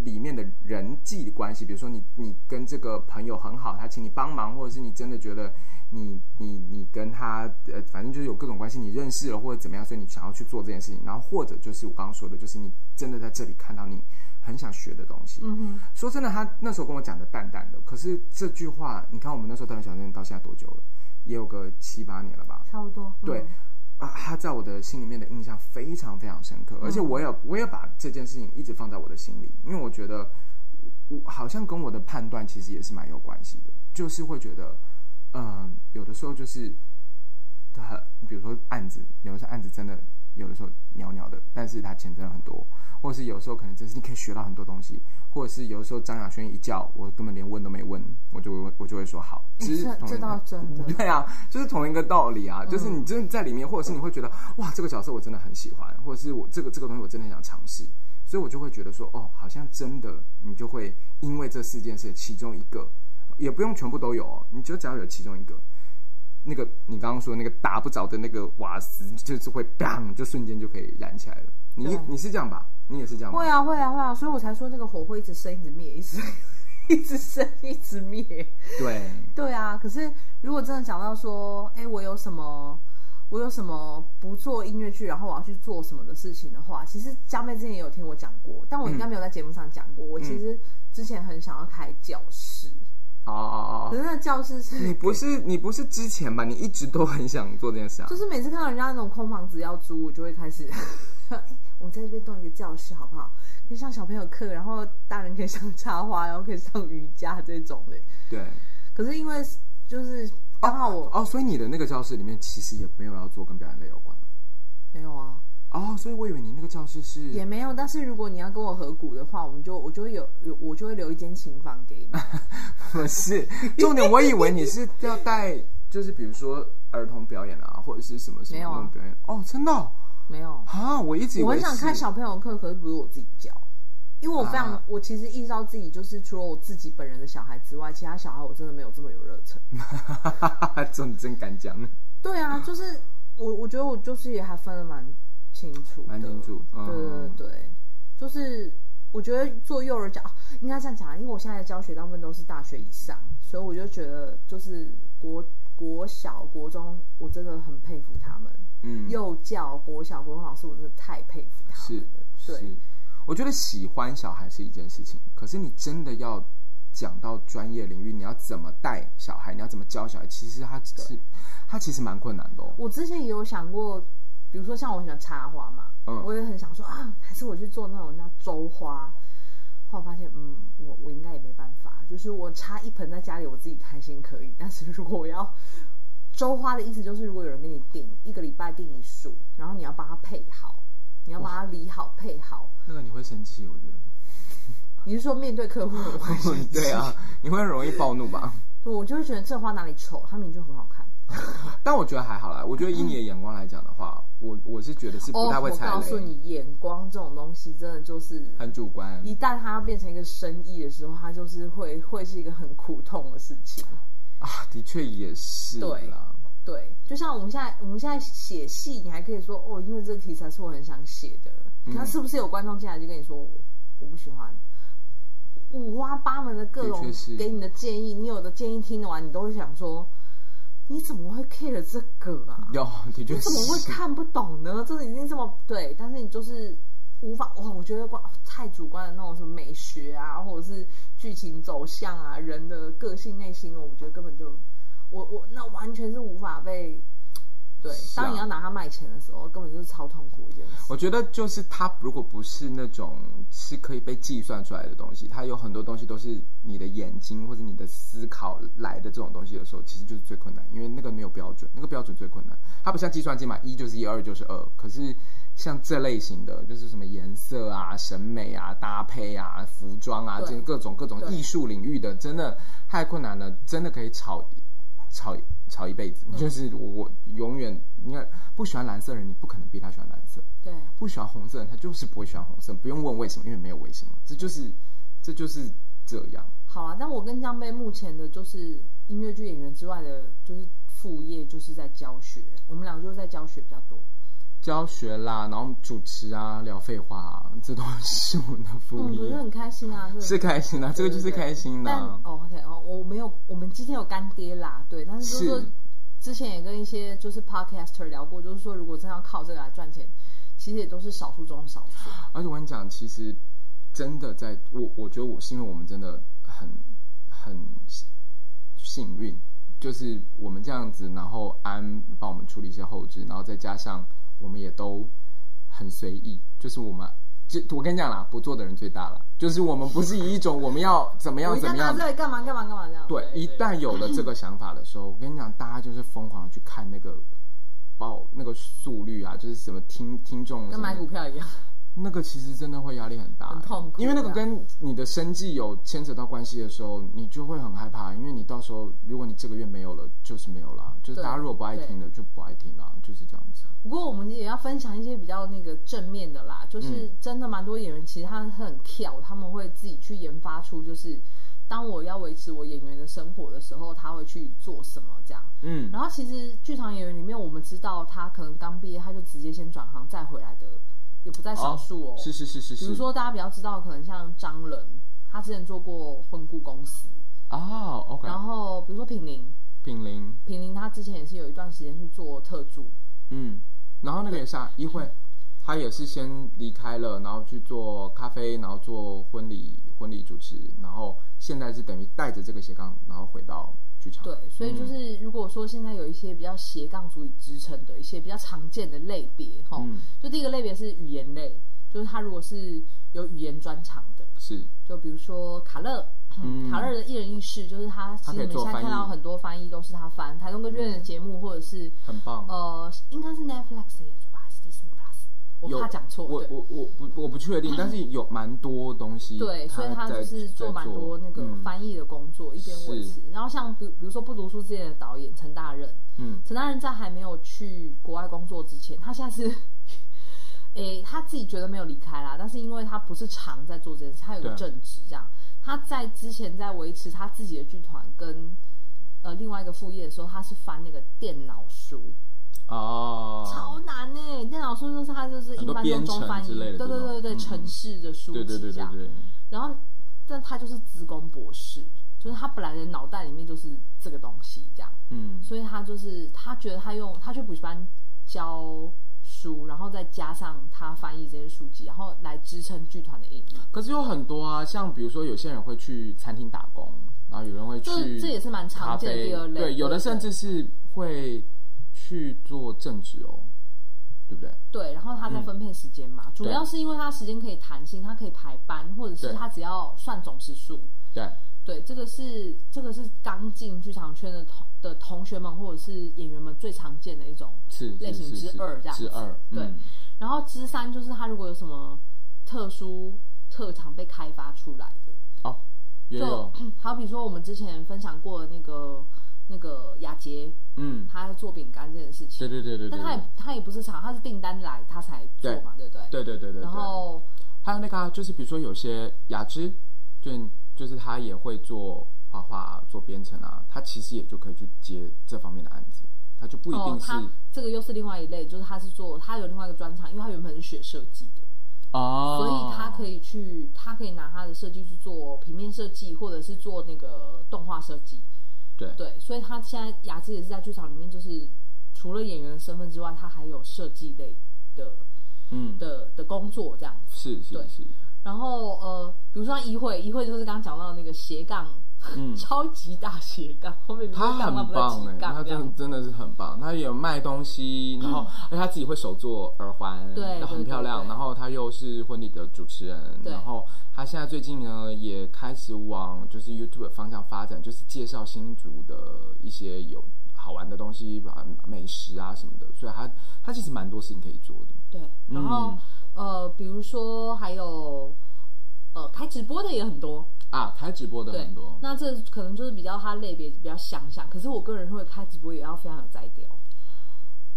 Speaker 2: 里面的人际关系，比如说你你跟这个朋友很好，他请你帮忙，或者是你真的觉得你你你跟他呃，反正就是有各种关系，你认识了或者怎么样，所以你想要去做这件事情。然后或者就是我刚刚说的，就是你真的在这里看到你很想学的东西，
Speaker 1: 嗯哼，
Speaker 2: 说真的，他那时候跟我讲的淡淡的，可是这句话，你看我们那时候当小镇到现在多久了？也有个七八年了吧？
Speaker 1: 差不多。嗯
Speaker 2: 对，啊，他在我的心里面的印象非常非常深刻，而且我也我也把这件事情一直放在我的心里，因为我觉得我好像跟我的判断其实也是蛮有关系的，就是会觉得，嗯、有的时候就是很，比如说案子，有的时候案子真的有的时候袅袅的，但是它钱真的很多，或者是有时候可能真是你可以学到很多东西，或者是有的时候张雅轩一叫我根本连问都没问，我就会我就会说好，其实
Speaker 1: 这
Speaker 2: 同一
Speaker 1: 这 倒
Speaker 2: 个
Speaker 1: 真的嗯
Speaker 2: 对啊，就是同一个道理啊，就是你真的在里面，或者是你会觉得哇，这个角色我真的很喜欢，或者是我这个这个东西我真的很想尝试，所以我就会觉得说，哦，好像真的你就会因为这四件事其中一个，也不用全部都有、哦，你就只要有其中一个，那个你刚刚说那个打不着的那个瓦斯，就是会 bang 就瞬间就可以燃起来了。你
Speaker 1: 对
Speaker 2: 你是这样吧？你也是这样吗
Speaker 1: 会？啊，会啊，会啊，所以我才说那个火会一直升，一直灭，一直 一直升，一直灭。
Speaker 2: 对，
Speaker 1: 对啊，可是如果真的讲到说，哎，我有什么，我有什么不做音乐剧，然后我要去做什么的事情的话，其实佳妹之前也有听我讲过，但我应该没有在节目上讲过。我其实之前很想要开教室，
Speaker 2: 哦哦
Speaker 1: 可
Speaker 2: 哦，
Speaker 1: 是那教室是
Speaker 2: 你不是你不是之前吧？你一直都很想做这件事啊
Speaker 1: 就？是每次看到人家那种空房子要租，我就会开始， 哎，我们在这边弄一个教室好不好？可以上小朋友课，然后大人可以上插花，然后可以上瑜伽这种的。
Speaker 2: 对。
Speaker 1: 可是因为就是刚好我、
Speaker 2: 哦，所以你的那个教室里面其实也没有要做跟表演类有关
Speaker 1: 没有啊，
Speaker 2: 哦，所以我以为你那个教室是
Speaker 1: 也没有。但是如果你要跟我合股的话，我们就我就会有有我就会留一间琴房给 你。
Speaker 2: 不是 重点，我以为你是要带，就是比如说儿童表演啊，或者是什么什么
Speaker 1: 没
Speaker 2: 那
Speaker 1: 有啊
Speaker 2: 种表演哦，真的哦
Speaker 1: 没有，
Speaker 2: 啊，我一直以为
Speaker 1: 我很想
Speaker 2: 是
Speaker 1: 开小朋友课，可是不是我自己教，因为我非常、
Speaker 2: 啊
Speaker 1: 我其实意识到自己就是除了我自己本人的小孩之外，其他小孩我真的没有这么有热忱。
Speaker 2: 这你 真敢讲，
Speaker 1: 对啊，就是我，我觉得我就是也还分的蛮清楚的，
Speaker 2: 蛮清楚嗯
Speaker 1: 对对对对，就是我觉得做幼儿教啊应该这样讲，因为我现在的教学大部分都是大学以上，所以我就觉得就是国国小、国中，我真的很佩服他们。
Speaker 2: 嗯，
Speaker 1: 幼教、国小、国中老师，我真的太佩服他们
Speaker 2: 是
Speaker 1: 了。对，
Speaker 2: 是，我觉得喜欢小孩是一件事情，可是你真的要讲到专业领域，你要怎么带小孩，你要怎么教小孩，其实他是他其实蛮困难的哦，
Speaker 1: 我之前也有想过，比如说像我很喜欢插花嘛，
Speaker 2: 嗯
Speaker 1: 我也很想说啊，还是我去做那种叫周花。后来我发现，嗯，我我应该也没办法，就是我插一盆在家里，我自己开心可以，但是如果我要周花的意思就是，如果有人给你订一个礼拜订一束，然后你要帮他配好，你要帮他理好配好，
Speaker 2: 那个你会生气，我觉得。？
Speaker 1: 你是说面对客户的关系
Speaker 2: 对啊，你会容易暴怒吧？
Speaker 1: 对，我就会觉得这花哪里丑，它明明就很好看。
Speaker 2: 但我觉得还好啦。我觉得以你的眼光来讲的话，我我是觉得是
Speaker 1: 哦，
Speaker 2: 不太
Speaker 1: 我
Speaker 2: 会踩
Speaker 1: 告诉
Speaker 2: 雷，
Speaker 1: 你，眼光这种东西真的就是
Speaker 2: 很主观。
Speaker 1: 一旦它要变成一个生意的时候，它就是会会是一个很苦痛的事情。
Speaker 2: 啊，的确也是
Speaker 1: 对
Speaker 2: 啦。
Speaker 1: 对，就像我们现在我们现在写戏，你还可以说哦，因为这题材是我很想写的，
Speaker 2: 嗯
Speaker 1: 可是是不是有观众进来就跟你说我我不喜欢？五花八门的各
Speaker 2: 的
Speaker 1: 种
Speaker 2: 确是
Speaker 1: 给你的建议，你有的建议听完，你都会想说，你怎么会 care 这个啊？
Speaker 2: 有的确
Speaker 1: 你
Speaker 2: 是
Speaker 1: 怎么会看不懂呢？这个已经这么对，但是你就是无法哇！我觉得观太主观的那种什么美学啊，或者是剧情走向啊，人的个性内心，我觉得根本就我我那完全是无法被对。
Speaker 2: 是啊
Speaker 1: 当你要拿它卖钱的时候，根本就是超痛苦一件事。
Speaker 2: 我觉得就是它，如果不是那种是可以被计算出来的东西，它有很多东西都是你的眼睛或者你的思考来的这种东西的时候，其实就是最困难，因为那个没有标准，那个标准最困难。它不像计算机嘛，一就是一，二就是二。可是像这类型的，就是什么颜色啊、审美啊、搭配啊、服装啊，
Speaker 1: 对
Speaker 2: 这各种各种
Speaker 1: 对
Speaker 2: 艺术领域的，真的太困难了，真的可以炒吵吵一辈子，就是我我永远，你看不喜欢蓝色的人，你不可能逼他喜欢蓝色；
Speaker 1: 对，
Speaker 2: 不喜欢红色的人，他就是不会喜欢红色，不用问为什么，因为没有为什么，这就是这就是这样。
Speaker 1: 好啊。但我跟江贝目前的就是音乐剧演员之外的，就是副业就是在教学，我们两个就是在教学比较多。
Speaker 2: 教学啦，然后主持啊，聊废话、啊，这都是我们的
Speaker 1: 嗯我
Speaker 2: 副
Speaker 1: 们不是
Speaker 2: 业，
Speaker 1: 很开心啊，就是
Speaker 2: 开 心的、这个就是开心的、啊
Speaker 1: 但。哦，OK，哦，我没有，我们今天有干爹啦，对，但是就是说
Speaker 2: 是
Speaker 1: 之前也跟一些就是 podcaster 聊过，就是说如果真的要靠这个来赚钱，其实也都是少数中的少数。
Speaker 2: 而且我跟你讲，其实真的在，我我觉得我是因为我们真的很很幸运，就是我们这样子，然后安帮我们处理一些后置，然后再加上我们也都很随意，就是我们。就我跟你讲啦，不做的人最大了，就是我们不是以一种我们要怎么
Speaker 1: 我
Speaker 2: 样
Speaker 1: 一
Speaker 2: 怎
Speaker 1: 定
Speaker 2: 么
Speaker 1: 要
Speaker 2: 样
Speaker 1: 拿这，里干嘛干嘛干嘛这样？
Speaker 2: 对，一旦有了这个想法的时候，我跟你讲，大家就是疯狂的去看那个报那个速率啊，就是什么听听众什
Speaker 1: 跟
Speaker 2: 么
Speaker 1: 买股票一样，
Speaker 2: 那个其实真的会压力很大，欸
Speaker 1: 很痛苦
Speaker 2: 因为那个跟你的生计有牵扯到关系的时候，你就会很害怕，因为你到时候如果你这个月没有了，就是没有啦，就是
Speaker 1: 对
Speaker 2: 大家如果不爱听的就不爱听啦，就是这样子。
Speaker 1: 不过我们也要分享一些比较那个正面的啦，就是
Speaker 2: 嗯
Speaker 1: 真的蛮多演员其实他很跳，他们会自己去研发出，就是当我要维持我演员的生活的时候，他会去做什么这样。
Speaker 2: 嗯，
Speaker 1: 然后其实剧场演员里面，我们知道他可能刚毕业，他就直接先转行再回来的，也不在少数哦。
Speaker 2: 是是是是是，
Speaker 1: 比如说大家比较知道，可能像张仁，他之前做过婚顾公司，
Speaker 2: 哦，OK，
Speaker 1: 然后比如说品玲，
Speaker 2: 品林，
Speaker 1: 品玲她之前也是有一段时间去做特助，
Speaker 2: 嗯，然后那个也是啊，一会他也是先离开了，然后去做咖啡，然后做婚礼婚礼主持，然后现在是等于带着这个斜杠，然后回到剧场。嗯
Speaker 1: 对，所以就是如果说现在有一些比较斜杠足以支撑的一些比较常见的类别，哈、
Speaker 2: 嗯
Speaker 1: 就第一个类别是语言类，就是他如果是有语言专长的，
Speaker 2: 是，
Speaker 1: 就比如说卡勒，
Speaker 2: 嗯
Speaker 1: 卡勒的一人一事，就是他其
Speaker 2: 他
Speaker 1: 实
Speaker 2: 可以
Speaker 1: 你们
Speaker 2: 做
Speaker 1: 现在
Speaker 2: 翻译
Speaker 1: 看到很多翻译都是他翻，台中歌剧院的节目或者是
Speaker 2: 很棒。
Speaker 1: 呃，应该是 Netflix 的演出吧，还是 Disney Plus？
Speaker 2: 有
Speaker 1: 我怕讲错，
Speaker 2: 我
Speaker 1: 对
Speaker 2: 我我不我不 确定，但是有蛮多东西在。
Speaker 1: 对，所以他就是
Speaker 2: 在
Speaker 1: 做蛮多那个
Speaker 2: 嗯
Speaker 1: 翻译的工作，一边维持。然后像比比如说不读书之前的导演陈大任，
Speaker 2: 嗯
Speaker 1: 陈大人在还没有去国外工作之前，他现在是，诶、他自己觉得没有离开啦，但是因为他不是常在做这件事，他有个
Speaker 2: 对啊
Speaker 1: 正职这样。他在之前在维持他自己的剧团跟呃另外一个副业的时候，他是翻那个电脑书，
Speaker 2: 哦，
Speaker 1: 超难呢、欸电脑书就是他就是一
Speaker 2: 很多
Speaker 1: 般
Speaker 2: 编
Speaker 1: 中
Speaker 2: 程
Speaker 1: 中翻译，
Speaker 2: 之
Speaker 1: 对
Speaker 2: 类
Speaker 1: 对
Speaker 2: 的这种
Speaker 1: 对对，
Speaker 2: 嗯
Speaker 1: 城市的书
Speaker 2: 对对
Speaker 1: 籍
Speaker 2: 对
Speaker 1: 这
Speaker 2: 对
Speaker 1: 样。
Speaker 2: 对，
Speaker 1: 然后，但他就是职工博士，就是他本来的脑袋里面就是这个东西这样。
Speaker 2: 嗯
Speaker 1: 所以他就是他觉得他用他去补习班教书，然后再加上他翻译这些书籍，然后来支撑剧团的营运。
Speaker 2: 可是有很多啊，像比如说有些人会去餐厅打工，然后有人会去
Speaker 1: 这这也是蛮
Speaker 2: 咖
Speaker 1: 常见的
Speaker 2: 啡
Speaker 1: 第二类，
Speaker 2: 对，有的甚至是会去做正职哦，对不对？
Speaker 1: 对，然后他再分配时间嘛，主要是因为他时间可以弹性，他可以排班，或者是
Speaker 2: 对
Speaker 1: 他只要算总时数。
Speaker 2: 对，
Speaker 1: 对，这个是这个是刚进剧场圈的同的同学们或者是演员们最常见的一种
Speaker 2: 是
Speaker 1: 类型
Speaker 2: 是是
Speaker 1: 之二这样子
Speaker 2: 之二，
Speaker 1: 对
Speaker 2: 嗯
Speaker 1: 然后之三就是他如果有什么特殊特长被开发出来的，
Speaker 2: 哦，也有
Speaker 1: 就， 好比说我们之前分享过的那个那个雅洁，
Speaker 2: 嗯，
Speaker 1: 她在做饼干这件事
Speaker 2: 对
Speaker 1: 情，
Speaker 2: 对对对对
Speaker 1: 但她也她也不是厂，她是订单来她才做嘛，对不对？
Speaker 2: 对对对对对，
Speaker 1: 然后哦
Speaker 2: 还有那个、啊，就是比如说有些雅芝，就就是他也会做画画、啊、做编程啊，他其实也就可以去接这方面的案子，他就不一
Speaker 1: 哦
Speaker 2: 定，是、
Speaker 1: 她这个又是另外一类，就是她是做她有另外一个专长，因为她原本是学设计的，
Speaker 2: 哦，
Speaker 1: 所以他可以去，他可以拿他的设计去做平面设计，或者是做那个动画设计。
Speaker 2: 对
Speaker 1: 对，所以他现在雅致也是在剧场里面，就是除了演员的身份之外，他还有设计类的
Speaker 2: 嗯，
Speaker 1: 的的工作这样子。
Speaker 2: 是是
Speaker 1: 对
Speaker 2: 是，
Speaker 1: 然后呃，比如说像一会，一会就是刚刚讲到那个斜杠，
Speaker 2: 嗯
Speaker 1: 超级大斜杠，后面
Speaker 2: 他很棒哎、
Speaker 1: 哎、
Speaker 2: 他
Speaker 1: 这样
Speaker 2: 真
Speaker 1: 子
Speaker 2: 真的是很棒，他也有卖东西，然后而且他自己会手做耳环，
Speaker 1: 嗯对
Speaker 2: 然后
Speaker 1: 对
Speaker 2: 很漂
Speaker 1: 对
Speaker 2: 亮，
Speaker 1: 对
Speaker 2: 然后他又是婚礼的主持人，
Speaker 1: 对
Speaker 2: 然后他现在最近呢也开始往就是 YouTube 的方向发展，就是介绍新竹的一些有好玩的东西，把美食啊什么的，所以他他其实蛮多事情可以做的，
Speaker 1: 对，然后、
Speaker 2: 嗯
Speaker 1: 呃，比如说还有呃，开直播的也很多，
Speaker 2: 啊，开直播的
Speaker 1: 对
Speaker 2: 很多，，
Speaker 1: 那这可能就是比较它类别比较相像，可是我个人会开直播也要非常有哦摘调，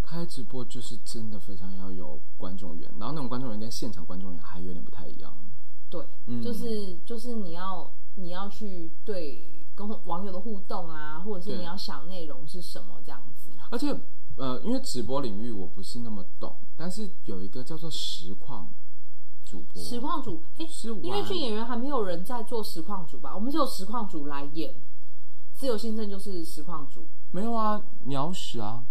Speaker 2: 开直播就是真的非常要有观众缘，然后那种观众缘跟现场观众缘还有点不太一样。
Speaker 1: 对，
Speaker 2: 嗯
Speaker 1: 就是就是你要你要去对跟网友的互动啊，或者是
Speaker 2: 对
Speaker 1: 你要想内容是什么这样子，
Speaker 2: 而且呃，因为直播领域我不是那么懂，但是有一个叫做实况主播，
Speaker 1: 实况组，哎、
Speaker 2: 是玩
Speaker 1: 音乐剧演员还没有人在做实况组吧？我们只有实况组来演，自由新政就是实况组，
Speaker 2: 没有啊，鸟屎啊，
Speaker 1: 哦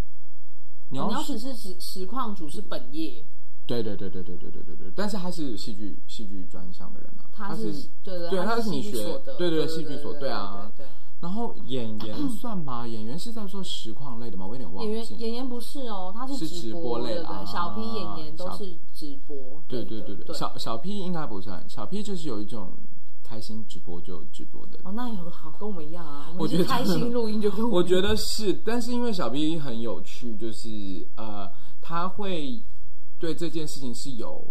Speaker 1: 鸟
Speaker 2: 鸟
Speaker 1: 只是实实况组是本业，
Speaker 2: 对对对对对对对对对，但是他是戏剧戏剧专项的人啊，
Speaker 1: 他
Speaker 2: 是
Speaker 1: 是对对
Speaker 2: 对
Speaker 1: 他
Speaker 2: 他
Speaker 1: 戏
Speaker 2: 是你
Speaker 1: 剧
Speaker 2: 学
Speaker 1: 所的，
Speaker 2: 对对对
Speaker 1: 对
Speaker 2: 戏剧所
Speaker 1: 对
Speaker 2: 对啊
Speaker 1: 对对
Speaker 2: 然后演 员算吧，演员是在做实况类的吗？我有点忘
Speaker 1: 演员
Speaker 2: 记。
Speaker 1: 演员不是哦，他
Speaker 2: 是
Speaker 1: 是
Speaker 2: 直播
Speaker 1: 播
Speaker 2: 类的
Speaker 1: 对对
Speaker 2: 啊
Speaker 1: 对，小 P 演员都
Speaker 2: 小
Speaker 1: 是直播，
Speaker 2: 对对
Speaker 1: 对
Speaker 2: 对
Speaker 1: 对
Speaker 2: 对，小小 P 应该不算，小 P 就是有一种开心直播就直播的
Speaker 1: 哦，那也很好，跟我们一样啊，
Speaker 2: 我
Speaker 1: 们
Speaker 2: 觉
Speaker 1: 是
Speaker 2: 得
Speaker 1: 开心录音就 跟
Speaker 2: 我
Speaker 1: 们
Speaker 2: 觉得是，但是因为小 B 很有趣，就是呃，他会对这件事情是有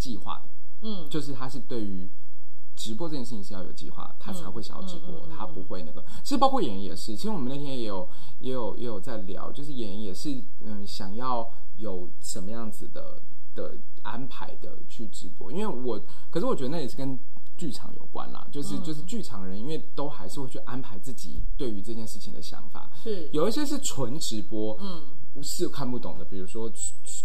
Speaker 2: 计划的，
Speaker 1: 嗯，
Speaker 2: 就是他是对于直播这件事情是要有计划，他才会想要直播，他不会那个。其实包括演员也是，其实我们那天也有也有也有在聊，就是演员也是嗯，想要有什么样子的的安排的去直播，因为我可是我觉得那也是跟。剧场有关啦，就是就是剧场人，因为都还是会去安排自己对于这件事情的想法，
Speaker 1: 是
Speaker 2: 有一些是纯直播，嗯，是看不懂的，比如说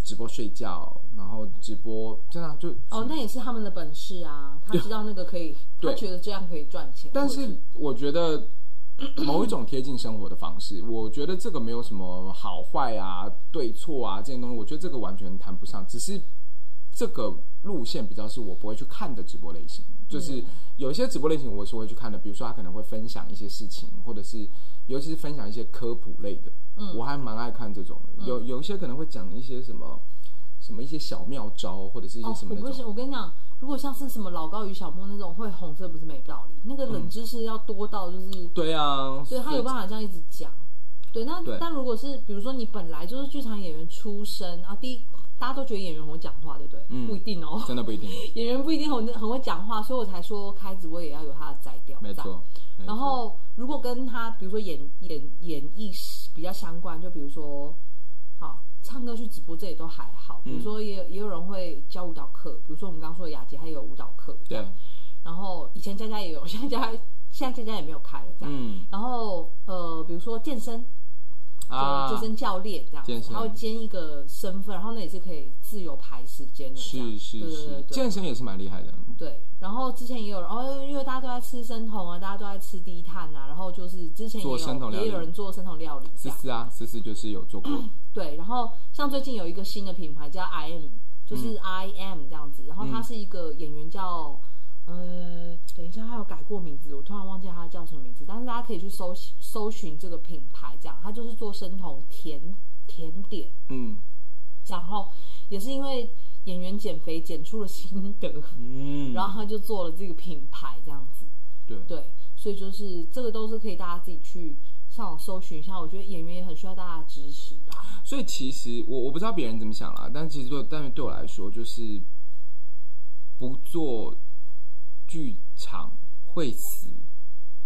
Speaker 2: 直播睡觉，然后直播真的啊就
Speaker 1: 哦，那也是他们的本事啊，他知道那个可以，他
Speaker 2: 对
Speaker 1: 觉得这样可以赚钱，
Speaker 2: 但
Speaker 1: 或者
Speaker 2: 是我觉得 某一种贴近生活的方式，我觉得这个没有什么好坏啊、对错啊这些东西，我觉得这个完全谈不上，只是这个路线比较是我不会去看的直播类型，就是有一些直播类型我是会去看的，比如说他可能会分享一些事情，或者是尤其是分享一些科普类的，嗯，我还蛮爱看这种
Speaker 1: 嗯
Speaker 2: 的。有有一些可能会讲一些什么什么一些小妙招，或者是一些
Speaker 1: 哦
Speaker 2: 什，么
Speaker 1: 我不
Speaker 2: 那种。
Speaker 1: 是，我跟你讲，如果像是什么老高与小莫那种会红，这不是没道理。那个
Speaker 2: 嗯
Speaker 1: 冷知识要多到就是，
Speaker 2: 对啊，
Speaker 1: 所以他有办法这样一直讲。对，那
Speaker 2: 对
Speaker 1: 但如果是比如说你本来就是剧场演员出身啊，第一大家都觉得演员很会讲话，对不对？
Speaker 2: 嗯
Speaker 1: 不一定哦，
Speaker 2: 真的不一定，
Speaker 1: 演员不一定很很会讲话，所以我才说开直播也要有他的摘掉。
Speaker 2: 没
Speaker 1: 这样
Speaker 2: 错。没
Speaker 1: 然
Speaker 2: 错
Speaker 1: 后如果跟他比如说演演演艺比较相关，就比如说好唱歌去直播，这也都还好。比如
Speaker 2: 嗯
Speaker 1: 说也有、也有人会教舞蹈课，比如说我们刚刚说的雅洁，她也有舞蹈课。
Speaker 2: 对，
Speaker 1: 然后以前佳佳也有， 现在佳现在佳佳也没有开了这样。
Speaker 2: 嗯
Speaker 1: 然后呃，比如说健身，
Speaker 2: 啊，
Speaker 1: 就健身教练这样
Speaker 2: 健
Speaker 1: 子，
Speaker 2: 身
Speaker 1: 他会兼一个身份，然后那也是可以自由排时间的这样。对
Speaker 2: 是是
Speaker 1: 对对
Speaker 2: 是，
Speaker 1: 对
Speaker 2: 健身也是蛮厉害的，
Speaker 1: 对，然后之前也有人，哦，因为大家都在吃生酮啊，大家都在吃低碳啊，然后就是之前也
Speaker 2: 做生
Speaker 1: 有
Speaker 2: 酮料理
Speaker 1: 也有人做生酮料理这
Speaker 2: 思
Speaker 1: 样，
Speaker 2: 思啊，思思就是有做过，
Speaker 1: 对，然后像最近有一个新的品牌叫 I M，就是
Speaker 2: 嗯
Speaker 1: I M 这样子，然后他是一个演员叫，呃，等一下他有改过名字，我突然忘记他叫什么名字，但是大家可以去搜搜寻这个品牌，这样，他就是做生酮甜甜点，
Speaker 2: 嗯
Speaker 1: 然后也是因为演员减肥减出了心得，
Speaker 2: 嗯，
Speaker 1: 然后他就做了这个品牌这样子。
Speaker 2: 对
Speaker 1: 对，所以就是这个都是可以大家自己去上网搜寻一下。我觉得演员也很需要大家的支持啊。
Speaker 2: 所以其实我我不知道别人怎么想啦，但其实对，但是对我来说，就是不做剧场会死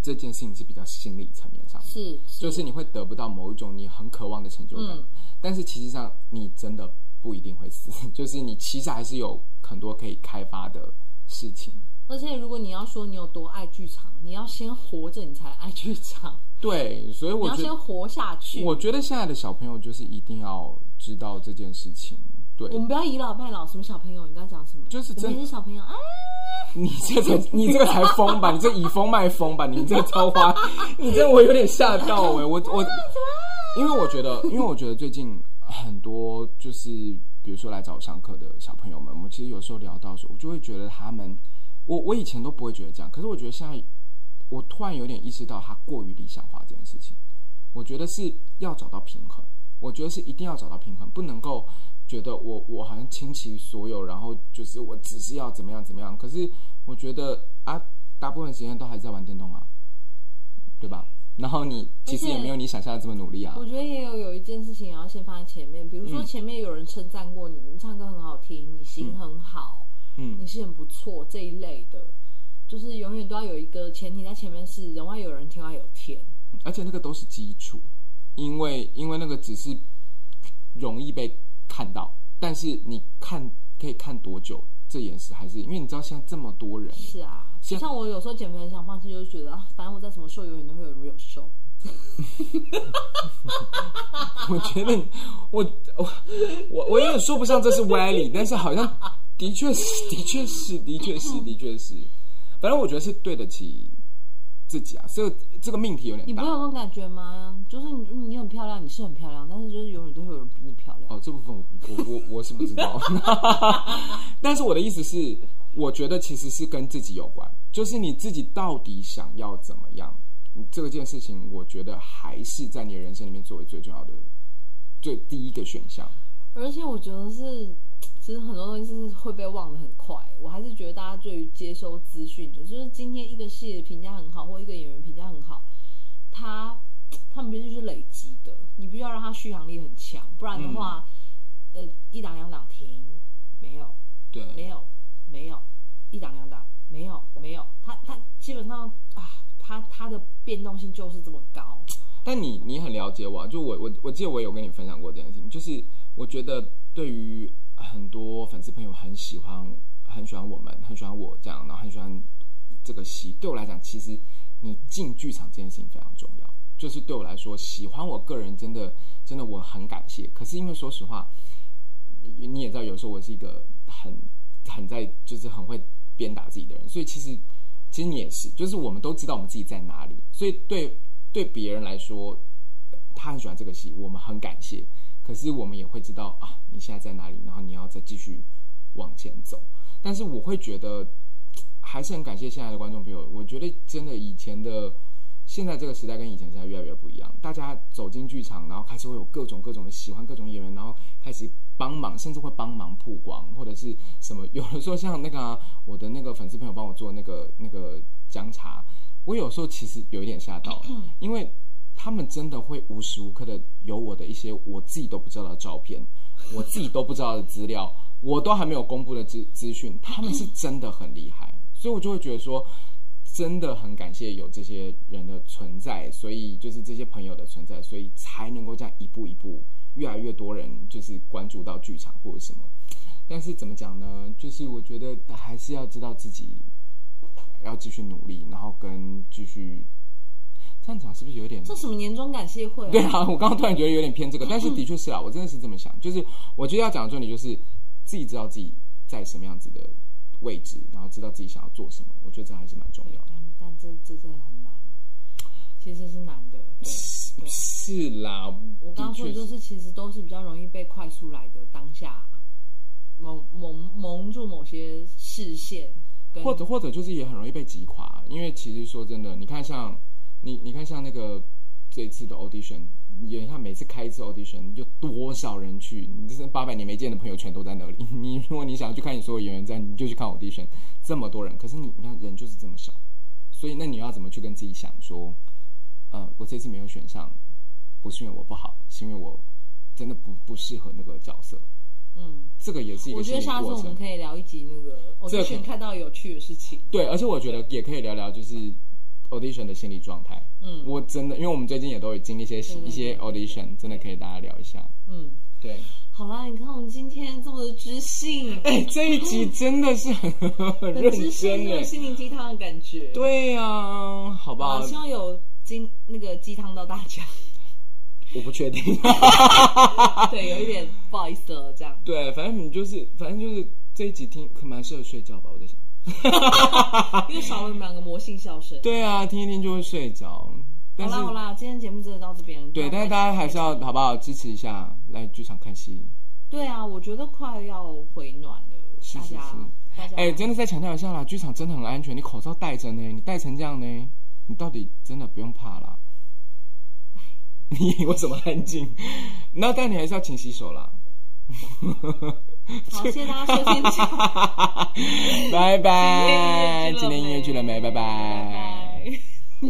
Speaker 2: 这件事情是比较心理层面上的，
Speaker 1: 是，
Speaker 2: 就是你会得不到某一种你很渴望的成就感，
Speaker 1: 嗯
Speaker 2: 但是其实上你真的不一定会死， 就是你其实还是有很多可以开发的事情。
Speaker 1: 而且如果你要说你有多爱剧场，你要先活着，你才爱剧场，
Speaker 2: 对，所以
Speaker 1: 你
Speaker 2: 我
Speaker 1: 要
Speaker 2: 觉得
Speaker 1: 先活下去。
Speaker 2: 我觉得现在的小朋友就是一定要知道这件事情，对
Speaker 1: 我，们不要倚老卖老，什么小朋友，你刚才讲什么？
Speaker 2: 就是
Speaker 1: 我
Speaker 2: 真
Speaker 1: 们也是小朋友啊，
Speaker 2: 你这 才你这个才疯吧，你这以疯卖疯吧，你这 超花，你这我有点吓到哎、我我，因为我觉得，因为我觉得最近很多就是比如说来找我上课的小朋友们，我们其实有时候聊到的时候，我就会觉得他们，我我以前都不会觉得这样，可是我觉得现在我突然有点意识到他过于理想化这件事情，我觉得是要找到平衡，我觉得是一定要找到平衡，不能够觉得我我好像倾其所有，然后就是我只是要怎么样怎么样。可是我觉得啊，大部分时间都还是在玩电动啊，对吧？然后你其实也没有你想象的这么努力啊
Speaker 1: 我，觉得也有有一件事情也要先放在前面，比如
Speaker 2: 嗯
Speaker 1: 说前面有人称赞过你，你唱歌很好听，你行很好，
Speaker 2: 嗯
Speaker 1: 你是很不错这一类的，就是永远都要有一个前提在前面是人外有人，天外有天。
Speaker 2: 而且那个都是基础，因为因为那个只是容易被看到，但是你看可以看多久，这也是还是因为你知道现在这么多人，
Speaker 1: 是啊，
Speaker 2: 像
Speaker 1: 像我有时候减肥很想放弃，就是觉得啊，反正我再怎么瘦，永远都会有人比我瘦。
Speaker 2: 我觉得你我我我我有点说不上这是歪理，但是好像的确是，的确是，的确是，的确是。反正我觉得是对得起自己啊，这个这个命题有点
Speaker 1: 你不
Speaker 2: 大
Speaker 1: 会有那种感觉吗？就是你你很漂亮，你是很漂亮，但是就是永远都会有人比你漂亮。
Speaker 2: 哦。这部分我我我我是不知道， 但是我的意思是，我觉得其实是跟自己有关，就是你自己到底想要怎么样，这个件事情，我觉得还是在你的人生里面作为最重要的最第一个选项。
Speaker 1: 而且我觉得是，其实很多东西是会被忘得很快。我还是觉得大家对于接收资讯，就是今天一个戏的评价很好，或一个演员评价很好，他他们必须是累积的，你必须要让他续航力很强，不然的话，呃，一档两档停，没有，
Speaker 2: 对，
Speaker 1: 没有，没有，一档两档，没有，没有，他他基本上啊，他他的变动性就是这么 高。
Speaker 2: 但你你很了解我、啊，就我我我记得我有跟你分享过这件事情，就是我觉得对于很多粉丝朋友很喜欢很喜欢我们，很喜欢我这样，然后很喜欢这个戏，对我来讲，其实你进剧场这件事情非常重要。就是对我来说，喜欢我个人真的真的我很感谢。可是因为说实话，你你也知道，有时候我是一个很很在就是很会鞭打自己的人，所以其实其实你也是，就是我们都知道我们自己在哪里，所以对对别人来说，呃他很喜欢这个戏，我们很感谢，可是我们也会知道啊，你现在在哪里，然后你要再继续往前走。但是我会觉得，还是很感谢现在的观众朋友，我觉得真的以前的。现在这个时代跟以前时代越来越不一样，大家走进剧场，然后开始会有各种各种的喜欢各种演员，然后开始帮忙，甚至会帮忙曝光或者是什么。有的时候像那个啊、我的那个粉丝朋友帮我做那个那个姜茶，我有时候其实有一点吓到，因为他们真的会无时无刻的有我的一些我自己都不知道的照片，我自己都不知道的资料，我都还没有公布的资资讯，他们是真的很厉害，所以我就会觉得说，真的很感谢有这些人的存在，所以就是这些朋友的存在，所以才能够这样一步一步，越来越多人就是关注到剧场或者什么。但是怎么讲呢？就是我觉得还是要知道自己要继续努力，然后跟继续这样讲是不是有点
Speaker 1: 这什么年终感谢会、啊？
Speaker 2: 对啊，我刚刚突然觉得有点偏这个，但是的确是啊，我真的是这么想，就是我觉得要讲的重点就是自己知道自己在什么样子的位置，然后知道自己想要做什么，我觉得这还是蛮重
Speaker 1: 对
Speaker 2: 要的。
Speaker 1: 但但这这真的很难，其实是难的。对对，
Speaker 2: 是啦，
Speaker 1: 我刚
Speaker 2: 的
Speaker 1: 刚说
Speaker 2: 确
Speaker 1: 的就是是，其实都是比较容易被快速来的当下蒙蒙蒙住某些视线跟，
Speaker 2: 或者或者就是也很容易被击垮，因为其实说真的，你看像你你看像那个这一次的 audition，你看每次开一次 audition，有多少人去？你这八百年没见的朋友全都在那里。 你如果你想要去看你所有演员在，你就去看 audition，这么多人，可是你你看人就是这么少，所以那你要怎么去跟自己想说，呃，我这次没有选上，不是因为我不好，是因为我真的不不适合那个角色。
Speaker 1: 嗯，
Speaker 2: 这个也是一个
Speaker 1: 我觉得
Speaker 2: 心理
Speaker 1: 下次
Speaker 2: 过
Speaker 1: 我
Speaker 2: 程
Speaker 1: 们可以聊一集那个
Speaker 2: 这个
Speaker 1: audition 看到有趣的事情。
Speaker 2: 对，而且我觉得也可以聊聊就是 audition 的心理状态。
Speaker 1: 嗯
Speaker 2: 我真的，因为我们最近也都有经历一些
Speaker 1: 对
Speaker 2: 一些
Speaker 1: 对
Speaker 2: audition，真的可以大家聊一下。
Speaker 1: 嗯，
Speaker 2: 对，
Speaker 1: 好啦，你看我们今天这么的知性，
Speaker 2: 哎，这一集真的是很很
Speaker 1: 很
Speaker 2: 认
Speaker 1: 知性，
Speaker 2: 真
Speaker 1: 那
Speaker 2: 哎
Speaker 1: 种。心灵鸡汤的感觉。，
Speaker 2: 对呀、好吧
Speaker 1: 好，，希望有鸡那个鸡汤到大家。
Speaker 2: 我不确定。
Speaker 1: 对，有一点不好意思了，这样。
Speaker 2: 对，反正你就是，反正就是这一集听可蛮适合睡觉吧，我在想。啊
Speaker 1: 因为少了我们两个魔性笑声。
Speaker 2: 对啊，听一听就会睡着。
Speaker 1: 好
Speaker 2: 但是
Speaker 1: 啦好啦，今天节目真的到这边。
Speaker 2: 对，但是大家还是要好不好支持一下，来剧场看戏。
Speaker 1: 对啊，我觉得快要回暖了，
Speaker 2: 是
Speaker 1: 大
Speaker 2: 是
Speaker 1: 家
Speaker 2: 是
Speaker 1: 大家
Speaker 2: 哎、真的再强调一下啦，剧场真的很安全，你口罩戴着呢，你戴成这样呢，你到底真的不用怕啦。 你为什么安静？那但你还是要勤洗手啦。
Speaker 1: 好，谢谢大家收听。
Speaker 2: 拜拜，哎今天音乐剧了没？拜拜。
Speaker 1: 拜。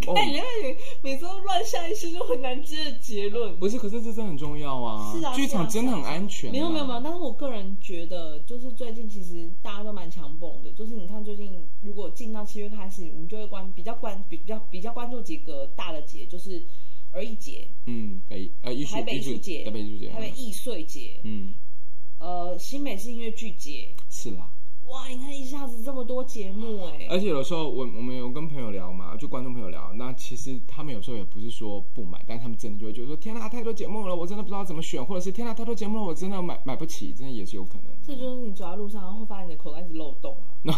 Speaker 2: 哦
Speaker 1: 哎，原来你每次都乱下意识就很难接的结论。
Speaker 2: 不是，可是这真的很重要啊！
Speaker 1: 是啊
Speaker 2: 剧场真的很安全、啊
Speaker 1: 没有没有没有，，但是我个人觉得，就是最近其实大家都蛮强蹦的，就是你看最近如果进到七月开始，我们就会关比较关比较比较关注几个大的节，就是儿艺节、
Speaker 2: 嗯，北呃艺术
Speaker 1: 台北艺术节、
Speaker 2: 台北艺术节，
Speaker 1: 台北艺穗节、
Speaker 2: 嗯，
Speaker 1: 呃新美式音乐剧节，
Speaker 2: 是啦。
Speaker 1: 哇，你看一下子这么多节目哎、
Speaker 2: 而且有时候我我们有跟朋友聊嘛，就观众朋友聊，那其实他们有时候也不是说不买，但他们真的就会觉得说天呐，太多节目了，我真的不知道怎么选，或者是天呐，太多节目了，我真的买买不起，真的也是有可能。
Speaker 1: 这就是你走在路上，然后发现你的口袋一直漏洞啊，
Speaker 2: 那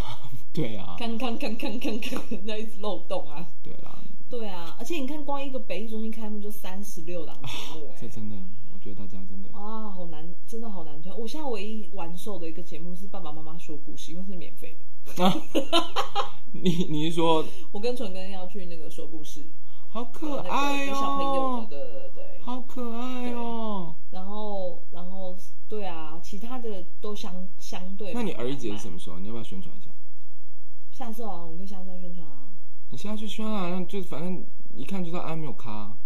Speaker 2: 对啊，
Speaker 1: 看看看看看看，那一直漏洞啊。
Speaker 2: 对啦，
Speaker 1: 对啊，而且你看，光一个北艺中心开幕就三十六档节目、
Speaker 2: 这
Speaker 1: 哎、
Speaker 2: 真的，我觉得大家真的
Speaker 1: 啊，好难，真的好难推。我现在唯一完售的一个节目是《爸爸妈妈说故事》，因为是免费的。
Speaker 2: 你你是说
Speaker 1: 我跟纯根要去那个说故事，呃
Speaker 2: 好可
Speaker 1: 那个
Speaker 2: 爱
Speaker 1: 给小朋友
Speaker 2: 哦
Speaker 1: 的，，对对对。
Speaker 2: 好可爱哦。
Speaker 1: 然后，然后，对啊，其他的都相相对。
Speaker 2: 那你儿
Speaker 1: 姨
Speaker 2: 艺节是什
Speaker 1: 么？
Speaker 2: 么时候？你要不要宣传一下？
Speaker 1: 下次啊，我们跟下次宣传啊。
Speaker 2: 你现在去宣传，就反正一看就知道安没有咖。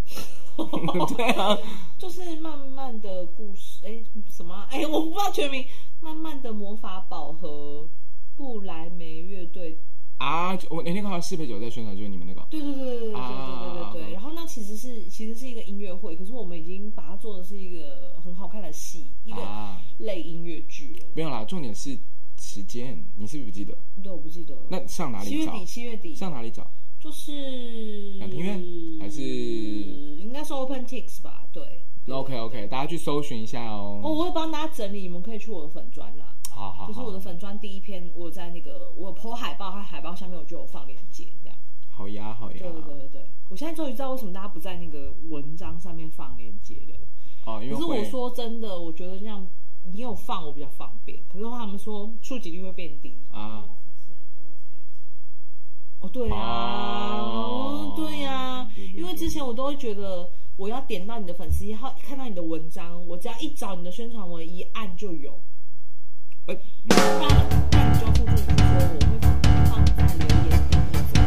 Speaker 2: 对啊，
Speaker 1: 就是慢慢的故事，哎，什么啊、 哎，我不知道全名。慢慢的魔法宝盒，布莱梅乐队
Speaker 2: 啊，我那天看到四杯酒在宣传，就是你们那个
Speaker 1: 对对对对对对对对对对。然后那其实是其实是一个音乐会，可是我们已经把它做的是一个很好看的戏，一个
Speaker 2: 啊，
Speaker 1: 类音乐剧了。
Speaker 2: 没有啦，重点是时间，你是不是不记得？
Speaker 1: 对，我不记得。
Speaker 2: 那上哪
Speaker 1: 七月
Speaker 2: 里
Speaker 1: 底，
Speaker 2: 找？
Speaker 1: 七月底
Speaker 2: 上哪里找？
Speaker 1: 就是
Speaker 2: 两厅院还是
Speaker 1: 应该是 OpenTix 吧？对。
Speaker 2: 那 OK OK，大家去搜寻一下哦。
Speaker 1: 哦，我会帮大家整理，你们可以去我的粉砖啦。
Speaker 2: 好好，好
Speaker 1: 就是我的粉砖第一篇，我在那个我 po 海报，它海报下面我就有放链接，这样。
Speaker 2: 好呀好呀
Speaker 1: 对，对对对对，我现在终于知道为什么大家不在那个文章上面放链接了。
Speaker 2: 哦，因为
Speaker 1: 可是我
Speaker 2: 会
Speaker 1: 说真的，我觉得这样你有放我比较方便。可是他们说触及率会变低。
Speaker 2: 啊，
Speaker 1: 哦，对啊，
Speaker 2: 哦
Speaker 1: 对啊
Speaker 2: 对对，对
Speaker 1: 因为之前我都会觉得我要点到你的粉丝页，号，看到你的文章，我只要一找你的宣传文，一按就有。
Speaker 2: 呃，
Speaker 1: 不然，不然你就要付出你说我会放在留言底下。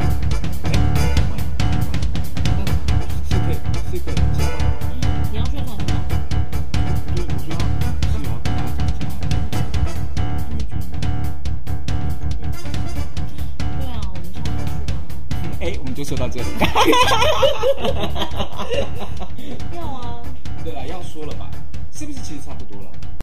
Speaker 2: 是可以是可以，
Speaker 1: 你要宣传什么？
Speaker 2: 就是我觉 得是有要跟大家讲一下，因为觉得。
Speaker 1: 对啊，我们下次去啊。
Speaker 2: 哎，我们就说到这里。
Speaker 1: 啊